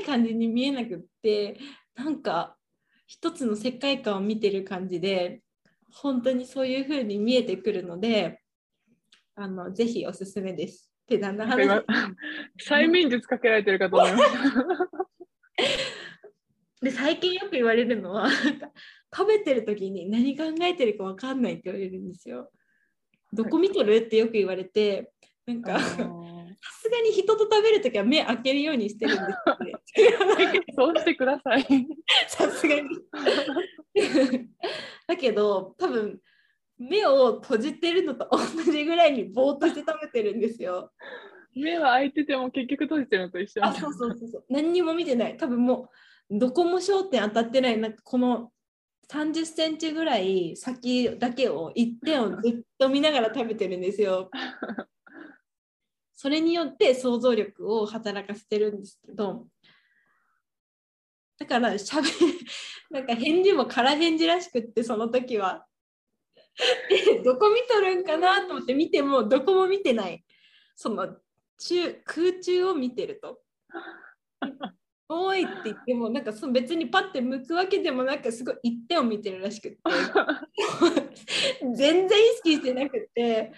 [SPEAKER 1] い感じに見えなくってなんか一つの世界観を見てる感じで本当にそういう風に見えてくるのであのぜひおすすめです。って旦那
[SPEAKER 2] なんか今
[SPEAKER 1] 話
[SPEAKER 2] 催眠術かけられてるかと思いました。
[SPEAKER 1] で最近よく言われるのは なんか食べてる時に何考えてるか分かんないって言われるんですよ。どこ見とるってよく言われてなん
[SPEAKER 2] あ
[SPEAKER 1] かさ
[SPEAKER 2] ー
[SPEAKER 1] すがに人と食べる時は目開けるようにしてるんですよね
[SPEAKER 2] そうしてください。
[SPEAKER 1] さすがに。 だけど多分目を閉じてるのと同じぐらいにぼーっとして食べてるんですよ。
[SPEAKER 2] 目は開いてても結局閉じてるのと一緒
[SPEAKER 1] あそうそうそうそう何にも見てない多分もうどこも焦点当たってないなんかこの3 0センチぐらい先だけを一点をずっと見ながら食べてるんですよ。それによって想像力を働かせてるんですけどだからしゃべなんか返事も空返事らしくってその時は。 でどこ見とるんかなと思って見てもどこも見てないその中空中を見てると。おいって言ってもなんかその別にパッて向くわけでもなくすごい一点を見てるらしくって全然意識してなくって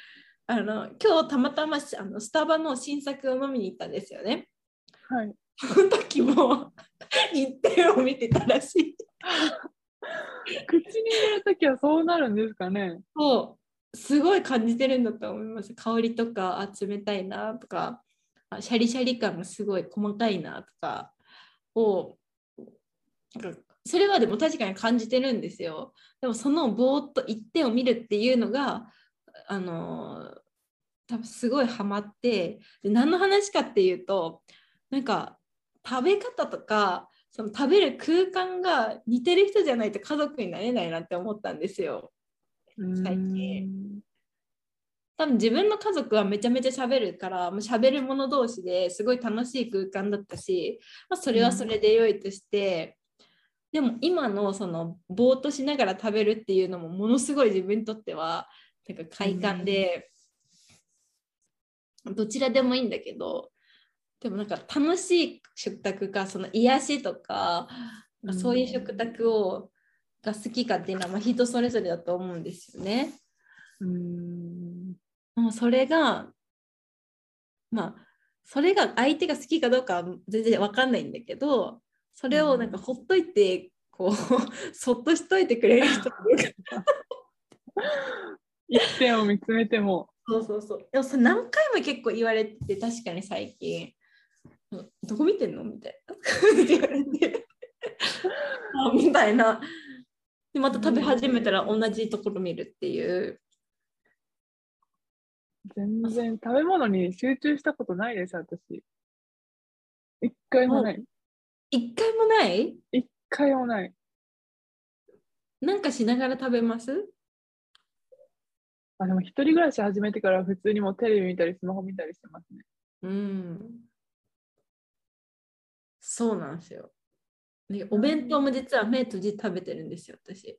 [SPEAKER 1] あの今日たまたまあのスタバの新作を飲みに行ったんですよね。
[SPEAKER 2] はい。
[SPEAKER 1] その時も 一点を見てたらしい。
[SPEAKER 2] 口に入れるときはそうなるんですかね。
[SPEAKER 1] そうすごい感じてるんだと思います香りとかあ冷たいなとかあシャリシャリ感がすごい細かいなとかをなんかそれはでも確かに感じてるんですよでもそのぼーっと一点を見るっていうのがあのー多分すごいハマってで何の話かっていうとなんか食べ方とかその食べる空間が似てる人じゃないと家族になれないなって思ったんですよ。最近多分自分の家族はめちゃめちゃ喋るからもう喋る者同士ですごい楽しい空間だったし、まあ、それはそれで良いとして、でも今のそのぼーっとしながら食べるっていうのもものすごい自分にとってはなんか快感で、どちらでもいいんだけどでもなんか楽しい食卓かその癒しとか、
[SPEAKER 2] うん
[SPEAKER 1] そういう食卓をが好きかっていうのはまあ人それぞれだと思うんですよね。
[SPEAKER 2] うん。
[SPEAKER 1] もうそれがまあそれが相手が好きかどうかは全然わかんないんだけどそれをなんかほっといてこう そっとしといてくれる人もいる
[SPEAKER 2] 一点を見つめても。
[SPEAKER 1] そうそうそうでもそれ何回も結構言われてて確かに最近うん「どこ見てんの?」みたいな って言われてあみたいなでまた食べ始めたら同じところ見るっていう
[SPEAKER 2] 全然食べ物に集中したことないです、私。一回もない。
[SPEAKER 1] 一回もない
[SPEAKER 2] 一回もない。
[SPEAKER 1] なんかしながら食べます
[SPEAKER 2] あ、でも一人暮らし始めてから普通にもうテレビ見たりスマホ見たりしてますね。
[SPEAKER 1] うん。そうなんですよ。でお弁当も実は目閉じて食べてるんですよ、私。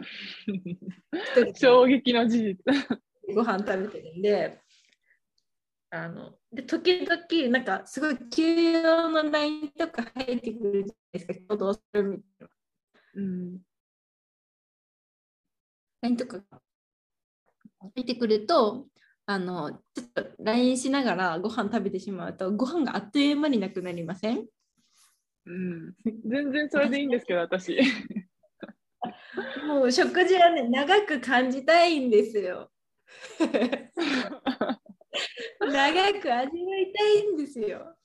[SPEAKER 1] 一人
[SPEAKER 2] 衝撃の事実。
[SPEAKER 1] でご飯食べてるんで。あので時々、なんかすごい休養の LINE とか入ってくるじゃないですか、今日どうするみたいな。
[SPEAKER 2] うん。
[SPEAKER 1] LINE とかが入ってくると、あのちょっと LINE しながらご飯食べてしまうと、ご飯があっという間になくなりません
[SPEAKER 2] うん、全然それでいいんですけど、私。
[SPEAKER 1] もう食事はね長く感じたいんですよ。長く味わいたいんですよ。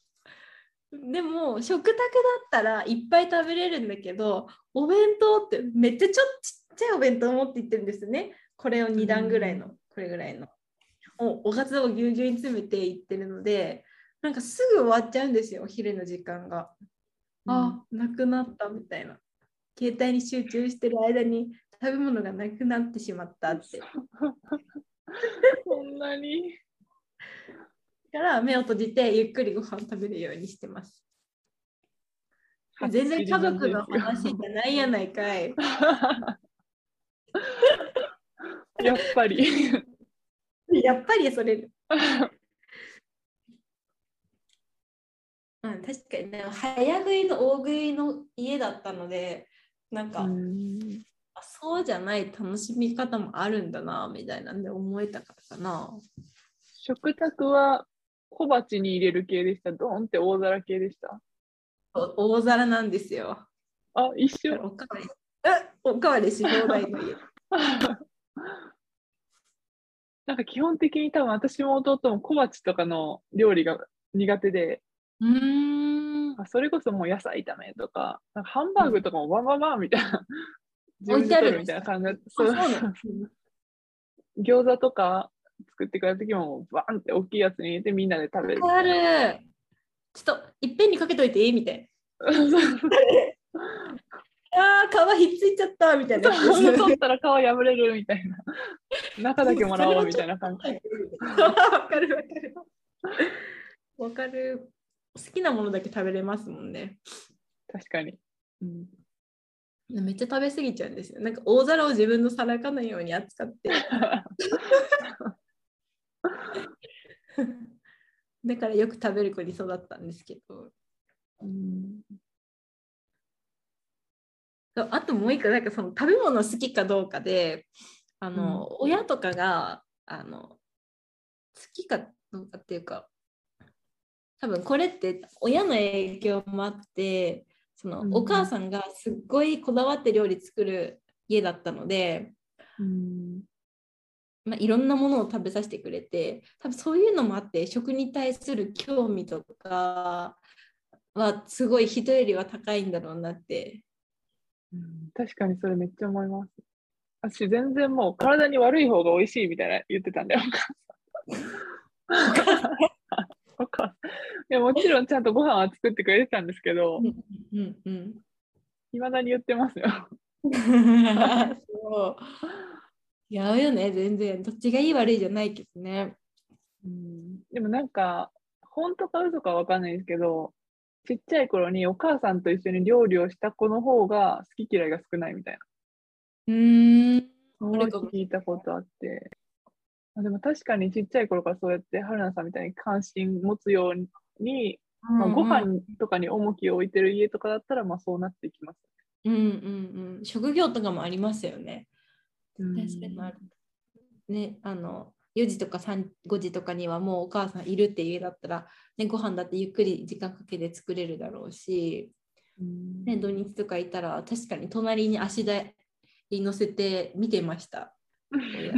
[SPEAKER 1] でも食卓だったらいっぱい食べれるんだけどお弁当ってめっちゃちょちっちゃいお弁当持って行ってるんですね。これを2段ぐらいの、これぐらいの。おおかずをぎゅうぎゅうに詰めていってるのでなんかすぐ終わっちゃうんですよお昼の時間が。あ、なくなったみたいな。携帯に集中してる間に食べ物がなくなってしまったって。だ
[SPEAKER 2] そんなに。
[SPEAKER 1] から目を閉じてゆっくりご飯食べるようにしてます。全然家族の話じゃないやないかい。
[SPEAKER 2] やっぱり。
[SPEAKER 1] やっぱりそれ。うん、確かにね、早食いと大食いの家だったので、なんか、
[SPEAKER 2] うん
[SPEAKER 1] あそうじゃない楽しみ方もあるんだな、みたいなんで思えたからかな。
[SPEAKER 2] 食卓は小鉢に入れる系でした。ドーンって大皿系でした。
[SPEAKER 1] お大皿なんですよ。
[SPEAKER 2] あ、一緒。
[SPEAKER 1] おかわり。え、おかわりし放題の 家。
[SPEAKER 2] なんか基本的に多分私も弟も小鉢とかの料理が苦手で、
[SPEAKER 1] うーん。
[SPEAKER 2] あそれこそもう野菜炒めとか、なんかハンバーグとかもワンワンワンみたい な、
[SPEAKER 1] 置いてある
[SPEAKER 2] 自分で取みたいな感じで、
[SPEAKER 1] そう
[SPEAKER 2] そう
[SPEAKER 1] なの
[SPEAKER 2] 餃子とか作ってくれた時ももうバーンって大きいやつに入れてみんなで食べる。
[SPEAKER 1] ある。ちょっといっぺんにかけといていいみたい な。ああ、皮ひっついちゃったみたいなやつ。
[SPEAKER 2] 取ったら皮破れるみたいな。中だけもらおうみたいな感じ。
[SPEAKER 1] わかるわかる。わかる。好きなものだけ食べれますもんね。
[SPEAKER 2] 確かに。 うん、
[SPEAKER 1] めっちゃ食べ過ぎちゃうんですよ。なんか大皿を自分の皿かのように扱って。だからよく食べる子に育ったんですけど。
[SPEAKER 2] うん
[SPEAKER 1] そうあともう一個なんかその食べ物好きかどうかであの、親とかがあの好きかどうかっていうか多分これって親の影響もあってその、
[SPEAKER 2] うん
[SPEAKER 1] お母さんがすっごいこだわって料理作る家だったので、
[SPEAKER 2] うん
[SPEAKER 1] まあ、いろんなものを食べさせてくれて多分そういうのもあって食に対する興味とかはすごい人よりは高いんだろうなって
[SPEAKER 2] うん確かにそれめっちゃ思います。私全然もう体に悪い方が美味しいみたいな言ってたんだよ。お母さんいやもちろんちゃんとご飯は作ってくれてたんですけど、
[SPEAKER 1] うんうん
[SPEAKER 2] いまだに言ってますよ。
[SPEAKER 1] そう。やうよね、全然。どっちがいい悪いじゃないけどね。
[SPEAKER 2] うんでもなんか、本当か嘘かわかんないですけど、ちっちゃい頃にお母さんと一緒に料理をした子の方が好き嫌いが少ないみたいな。
[SPEAKER 1] うーん。
[SPEAKER 2] そ
[SPEAKER 1] れ
[SPEAKER 2] れ
[SPEAKER 1] かも
[SPEAKER 2] 聞いたことあって。あでも確かにちっちゃい頃からそうやって、春菜さんみたいに関心持つように、まあ、ご
[SPEAKER 1] うん
[SPEAKER 2] 飯とかに重きを置いてる家とかだったら、まあそうなっていきます。
[SPEAKER 1] うんうんうん。職業とかもありますよね。
[SPEAKER 2] うん
[SPEAKER 1] 確かにある。ね、あの、4時とか3 5時とかにはもうお母さんいるって家だったら、ね、ご飯だってゆっくり時間かけて作れるだろうし、
[SPEAKER 2] うん
[SPEAKER 1] ね、土日とかいたら確かに隣に足台に乗せて見てました。親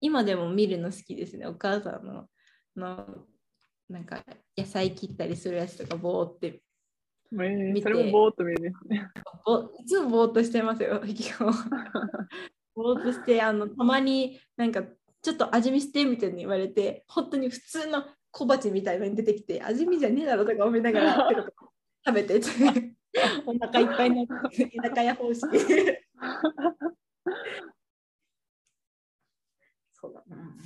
[SPEAKER 1] 今でも見るの好きですねお母さんののなんか野菜切ったりするやつとかぼーって
[SPEAKER 2] もうえー
[SPEAKER 1] 見て
[SPEAKER 2] それもぼーっと見る ですね。
[SPEAKER 1] ぼいつもぼーっとしてますよ基本ぼーっとしてあのたまになんかちょっと味見してみたいに言われて本当に普通の小鉢みたいのに出てきて味見じゃねえだろとか思いなが らペロペロ食べ てお腹いっぱいになって居酒屋方式 そうだない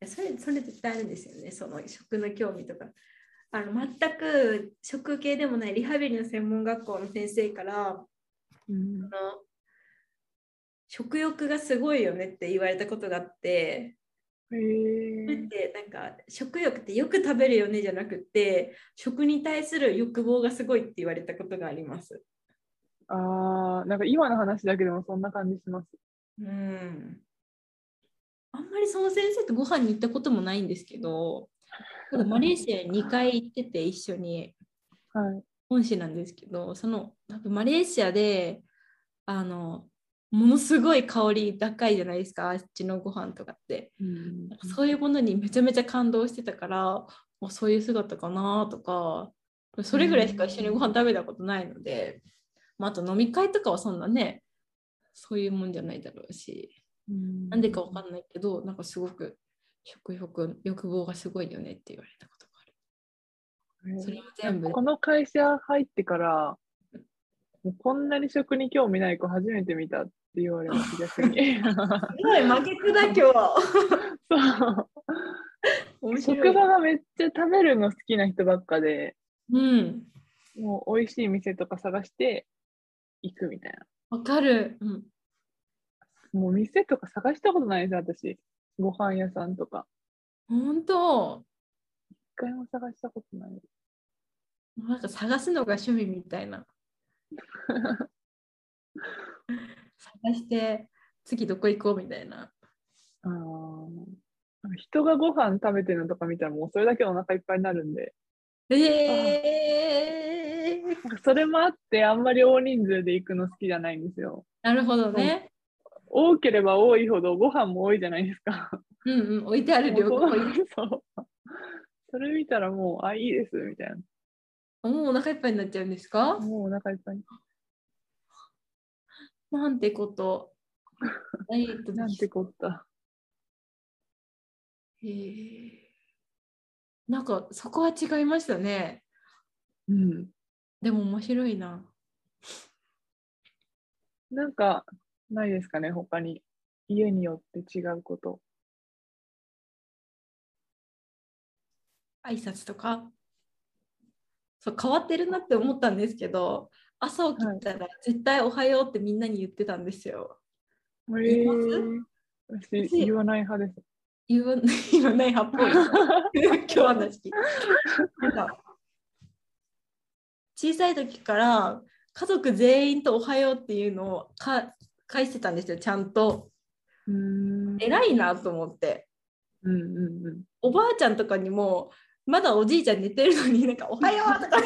[SPEAKER 1] やそれそれ絶対あるんですよねその食の興味とかあの全く食系でもないリハビリの専門学校の先生からあの
[SPEAKER 2] うん
[SPEAKER 1] 食欲がすごいよねって言われたことがあって
[SPEAKER 2] え
[SPEAKER 1] それっ
[SPEAKER 2] ー
[SPEAKER 1] てなんか食欲ってよく食べるよねじゃなくて食に対する欲望がすごいって言われたことがあります。
[SPEAKER 2] あーなんか今の話だけでもそんな感じします。
[SPEAKER 1] うん、あんまりその先生とご飯に行ったこともないんですけどただマレーシアに2回行ってて一緒に
[SPEAKER 2] はい。
[SPEAKER 1] 本市なんですけどその多分マレーシアであのものすごい香り高いじゃないですかあっちのご飯とかって。
[SPEAKER 2] うん
[SPEAKER 1] なんかそういうものにめちゃめちゃ感動してたからもうそういう姿かなとかそれぐらいしか一緒にご飯食べたことないので、まあ、あと飲み会とかはそんなねそういうもんじゃないだろうしなんでかわかんないけどなんかすごく食欲欲望がすごいよねって言われたことがあ
[SPEAKER 2] えー
[SPEAKER 1] るそれも全部
[SPEAKER 2] この会社入ってから、もうこんなに食に興味ない子初めて見たって言われます、 逆に。
[SPEAKER 1] すごい負けくだ 今日
[SPEAKER 2] そう
[SPEAKER 1] 面白
[SPEAKER 2] 職
[SPEAKER 1] い
[SPEAKER 2] 場がめっちゃ食べるの好きな人ばっかで、
[SPEAKER 1] うん
[SPEAKER 2] もう美味しい店とか探して行くみたい
[SPEAKER 1] わかる、うん、
[SPEAKER 2] な。もう店とか探したことないです、私。ご飯屋さんとか。
[SPEAKER 1] 本当
[SPEAKER 2] 一回も探したことない。
[SPEAKER 1] なんか探すのが趣味みたいな。探して次どこ行こうみたいな。
[SPEAKER 2] あー人がご飯食べてるのとか見たらもうそれだけお腹いっぱいになるんで。
[SPEAKER 1] えー、
[SPEAKER 2] なんかそれもあって、あんまり大人数で行くの好きじゃないんですよ。
[SPEAKER 1] なるほどね。
[SPEAKER 2] 多ければ多いほどご飯も多いじゃないです か。
[SPEAKER 1] うんうん、置いてある量が多い。
[SPEAKER 2] そう。それ見たらもう、あ、いいです、みたい
[SPEAKER 1] もうお腹いっぱいになっちゃうんですか
[SPEAKER 2] な。もうお腹いっぱい。
[SPEAKER 1] なんてこと。ダイエット
[SPEAKER 2] な
[SPEAKER 1] で
[SPEAKER 2] ん
[SPEAKER 1] き
[SPEAKER 2] てこった。
[SPEAKER 1] へーなんかそこは違いましたね。
[SPEAKER 2] うん。
[SPEAKER 1] でも面白いな。
[SPEAKER 2] なんか、ないですかね、他に。家によって違うこと。
[SPEAKER 1] 挨拶とか。そう変わってるなって思ったんですけど、朝起きたら絶対おはようってみんなに言ってたんですよ。言います
[SPEAKER 2] えー私、言わない派です。
[SPEAKER 1] 言わ 言わない派っぽい。今日話聞いてなんか小さい時から家族全員と「おはよう」っていうのをか返してたんですよちゃんと
[SPEAKER 2] うーん。
[SPEAKER 1] 偉いなと思って
[SPEAKER 2] うんうん うん。
[SPEAKER 1] おばあちゃんとかにもまだおじいちゃん寝てるのになんか「おはよう」とか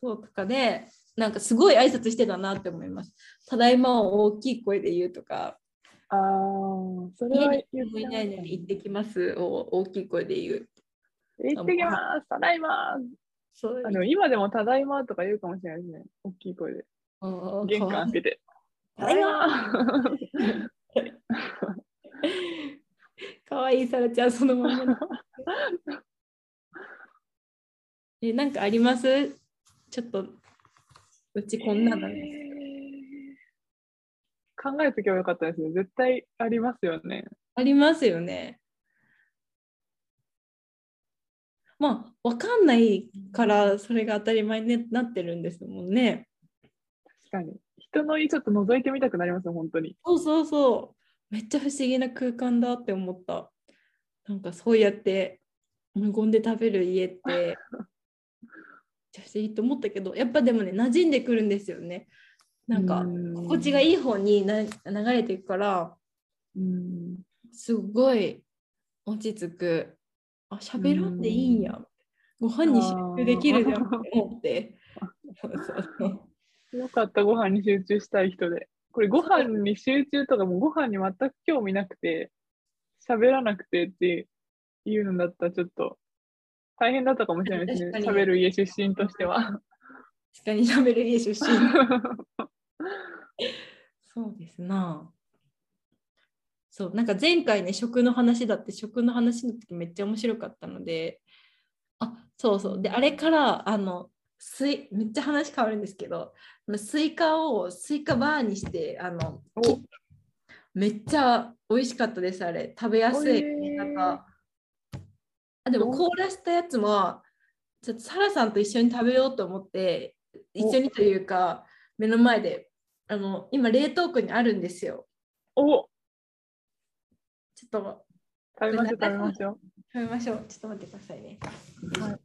[SPEAKER 1] そうとかでなんかすごい挨拶してたなって思います「ただいま」を大きい声で言うとか
[SPEAKER 2] ああ、そ
[SPEAKER 1] 「
[SPEAKER 2] れ
[SPEAKER 1] 家
[SPEAKER 2] は
[SPEAKER 1] に
[SPEAKER 2] 言
[SPEAKER 1] もいないのに行ってきます」を大きい声で言う
[SPEAKER 2] 行ってきます。ただいま。あ
[SPEAKER 1] そういう
[SPEAKER 2] の今でもただいまとか言うかもしれないですね。大きい声で。
[SPEAKER 1] あー
[SPEAKER 2] 玄
[SPEAKER 1] かわい
[SPEAKER 2] 関
[SPEAKER 1] い
[SPEAKER 2] 開けて。
[SPEAKER 1] ただいま
[SPEAKER 2] ま。
[SPEAKER 1] かわいいさらちゃんそのまま えなんかありますちょっとうちこんなの、ね
[SPEAKER 2] 考えとけばよかったですね。絶対ありますよね。
[SPEAKER 1] ありますよねまあわかんないからそれが当たり前になってるんですもんね
[SPEAKER 2] 確かに。人の家ちょっと覗いてみたくなりますよ、本当に。
[SPEAKER 1] そうそうそうめっちゃ不思議な空間だって思ったなんかそうやって無言で食べる家ってめっちゃ不思議と思ったけどやっぱでもね馴染んでくるんですよねなんか心地が
[SPEAKER 2] い。
[SPEAKER 1] いい方にな流れていくから
[SPEAKER 2] うん
[SPEAKER 1] すごい落ち着くあ喋らんでいいんやご飯に集中できるじゃんって思って そうそうそう
[SPEAKER 2] よかった、ご飯に集中したい人で。これ、ご飯に集中とか、もうご飯に全く興味なくて、喋らなくてっていうのだったら、ちょっと大変だったかもしれないですね。
[SPEAKER 1] 確かに
[SPEAKER 2] 喋る家出身とし ては。
[SPEAKER 1] 確かに喋る家 出身そうですな。そうなんか前回ね食の話だって食の話の時めっちゃ面白かったのであそうそうであれからあのスイめっちゃ話変わるんですけどあのスイカをスイカバーにしてあの
[SPEAKER 2] お
[SPEAKER 1] 切っめっちゃ美味しかったですあれ食べやすい
[SPEAKER 2] おい
[SPEAKER 1] なんかあでも凍らしたやつもちょっとサラさんと一緒に食べようと思って一緒にというか目の前であの今冷凍庫にあるんですよ
[SPEAKER 2] お
[SPEAKER 1] ちょっと
[SPEAKER 2] 食べましょう、食べましょう。
[SPEAKER 1] 食べましょうちょっと待ってくださいね
[SPEAKER 2] はい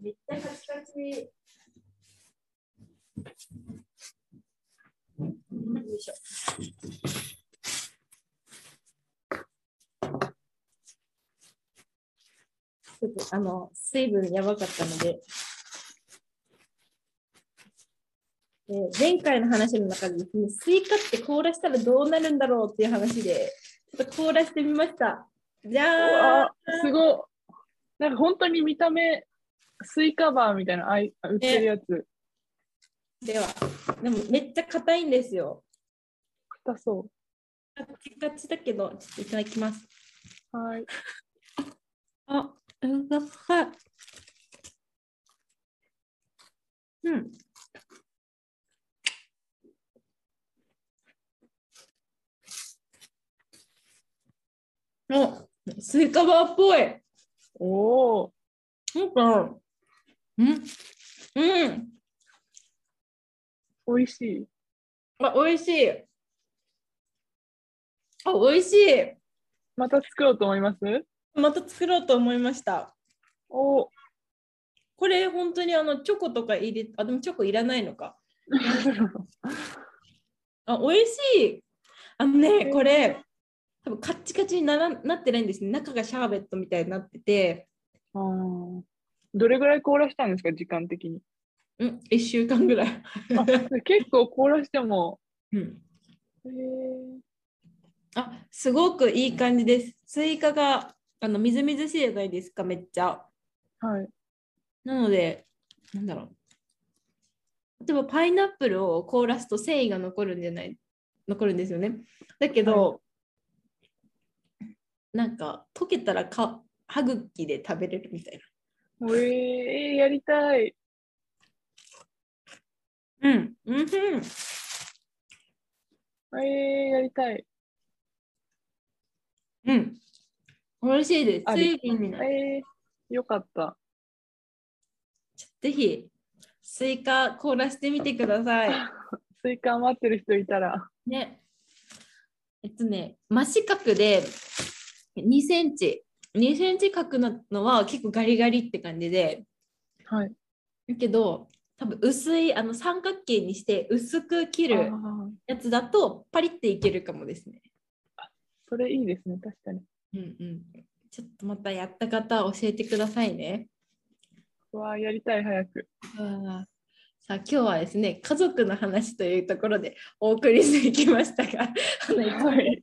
[SPEAKER 1] 絶対カチカチよいしょちょっとあの水分やばかったのでえー前回の話の中でですね、スイカって凍らしたらどうなるんだろうっていう話で、ちょっと凍らしてみました。じ
[SPEAKER 2] う
[SPEAKER 1] ゃあ
[SPEAKER 2] わすごっなんか本当に見た目、スイカバーみたいな、あい売ってるやつ、
[SPEAKER 1] では、でもめっちゃ硬いんですよ。
[SPEAKER 2] 硬そ
[SPEAKER 1] カチカチだけど、ちょっといただきます。
[SPEAKER 2] う。はい。
[SPEAKER 1] あ、うん、が深い。うん。お、スイカバーっぽい。
[SPEAKER 2] おお、
[SPEAKER 1] なんか、うん、うん、
[SPEAKER 2] 美味しい。
[SPEAKER 1] あ、美味しい。あ、美味しい。
[SPEAKER 2] また作ろうと思います
[SPEAKER 1] また作ろうと思いました。
[SPEAKER 2] おお、
[SPEAKER 1] これ 本当にあのチョコとか入れ、あ、でもチョコいらないのか。あ美味しいあのね
[SPEAKER 2] え
[SPEAKER 1] これ多分カッチカチにならなってないんですね中がシャーベットみたいになってて
[SPEAKER 2] あーどれぐらい凍らしたんですか、時間的に。
[SPEAKER 1] ん1週間ぐらい、
[SPEAKER 2] あ結構凍らしても、
[SPEAKER 1] うん、
[SPEAKER 2] えー
[SPEAKER 1] あすごくいい感じですスイカがあのみずみずしいじゃないですかめっちゃ
[SPEAKER 2] はい。
[SPEAKER 1] なので、なんだろう。例えばパイナップルを凍らすと繊維が残るんじゃない残るんですよね。だけど、なんか溶けたらか歯茎で食べれるみたい
[SPEAKER 2] えーえーやりたい。
[SPEAKER 1] な。うん。うん、
[SPEAKER 2] えーやりたい。
[SPEAKER 1] うん。美味しいです。
[SPEAKER 2] あり
[SPEAKER 1] 水分になる。
[SPEAKER 2] えーよかった。
[SPEAKER 1] ぜひ、スイカ凍らしてみてください。
[SPEAKER 2] スイカ待ってる人いたら。
[SPEAKER 1] ね。えっとね、真四角で2センチ。2センチ角なのは結構ガリガリって感じで、
[SPEAKER 2] はい。
[SPEAKER 1] だけど、多分薄いあの三角形にして薄く切
[SPEAKER 2] あ
[SPEAKER 1] る
[SPEAKER 2] ー
[SPEAKER 1] やつだとパリっていけるかもですね。
[SPEAKER 2] それいいですね、確かに。
[SPEAKER 1] うんうん。ちょっとまたやった方教えてくださいね。
[SPEAKER 2] うわあ、やりたい、早く。
[SPEAKER 1] あーさあ今日はですね家族の話というところでお送りしていきましたが あのいつも
[SPEAKER 2] はい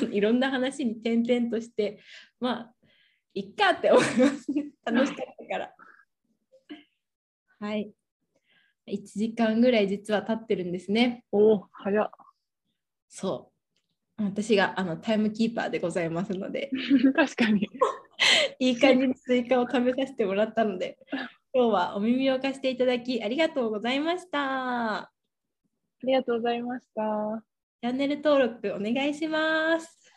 [SPEAKER 1] あのいろんな話に転々としてまあいっかって思いますね楽しかったからはい1時間ぐらい実は経ってるんですね
[SPEAKER 2] おお、早っ。
[SPEAKER 1] そう私があのタイムキーパーでございますの で
[SPEAKER 2] 確かに。
[SPEAKER 1] いい感じにスイカを食べさせてもらったので今日はお耳を貸していただきありがとうございました。
[SPEAKER 2] ありがとうございました。
[SPEAKER 1] チャンネル登録お願いします。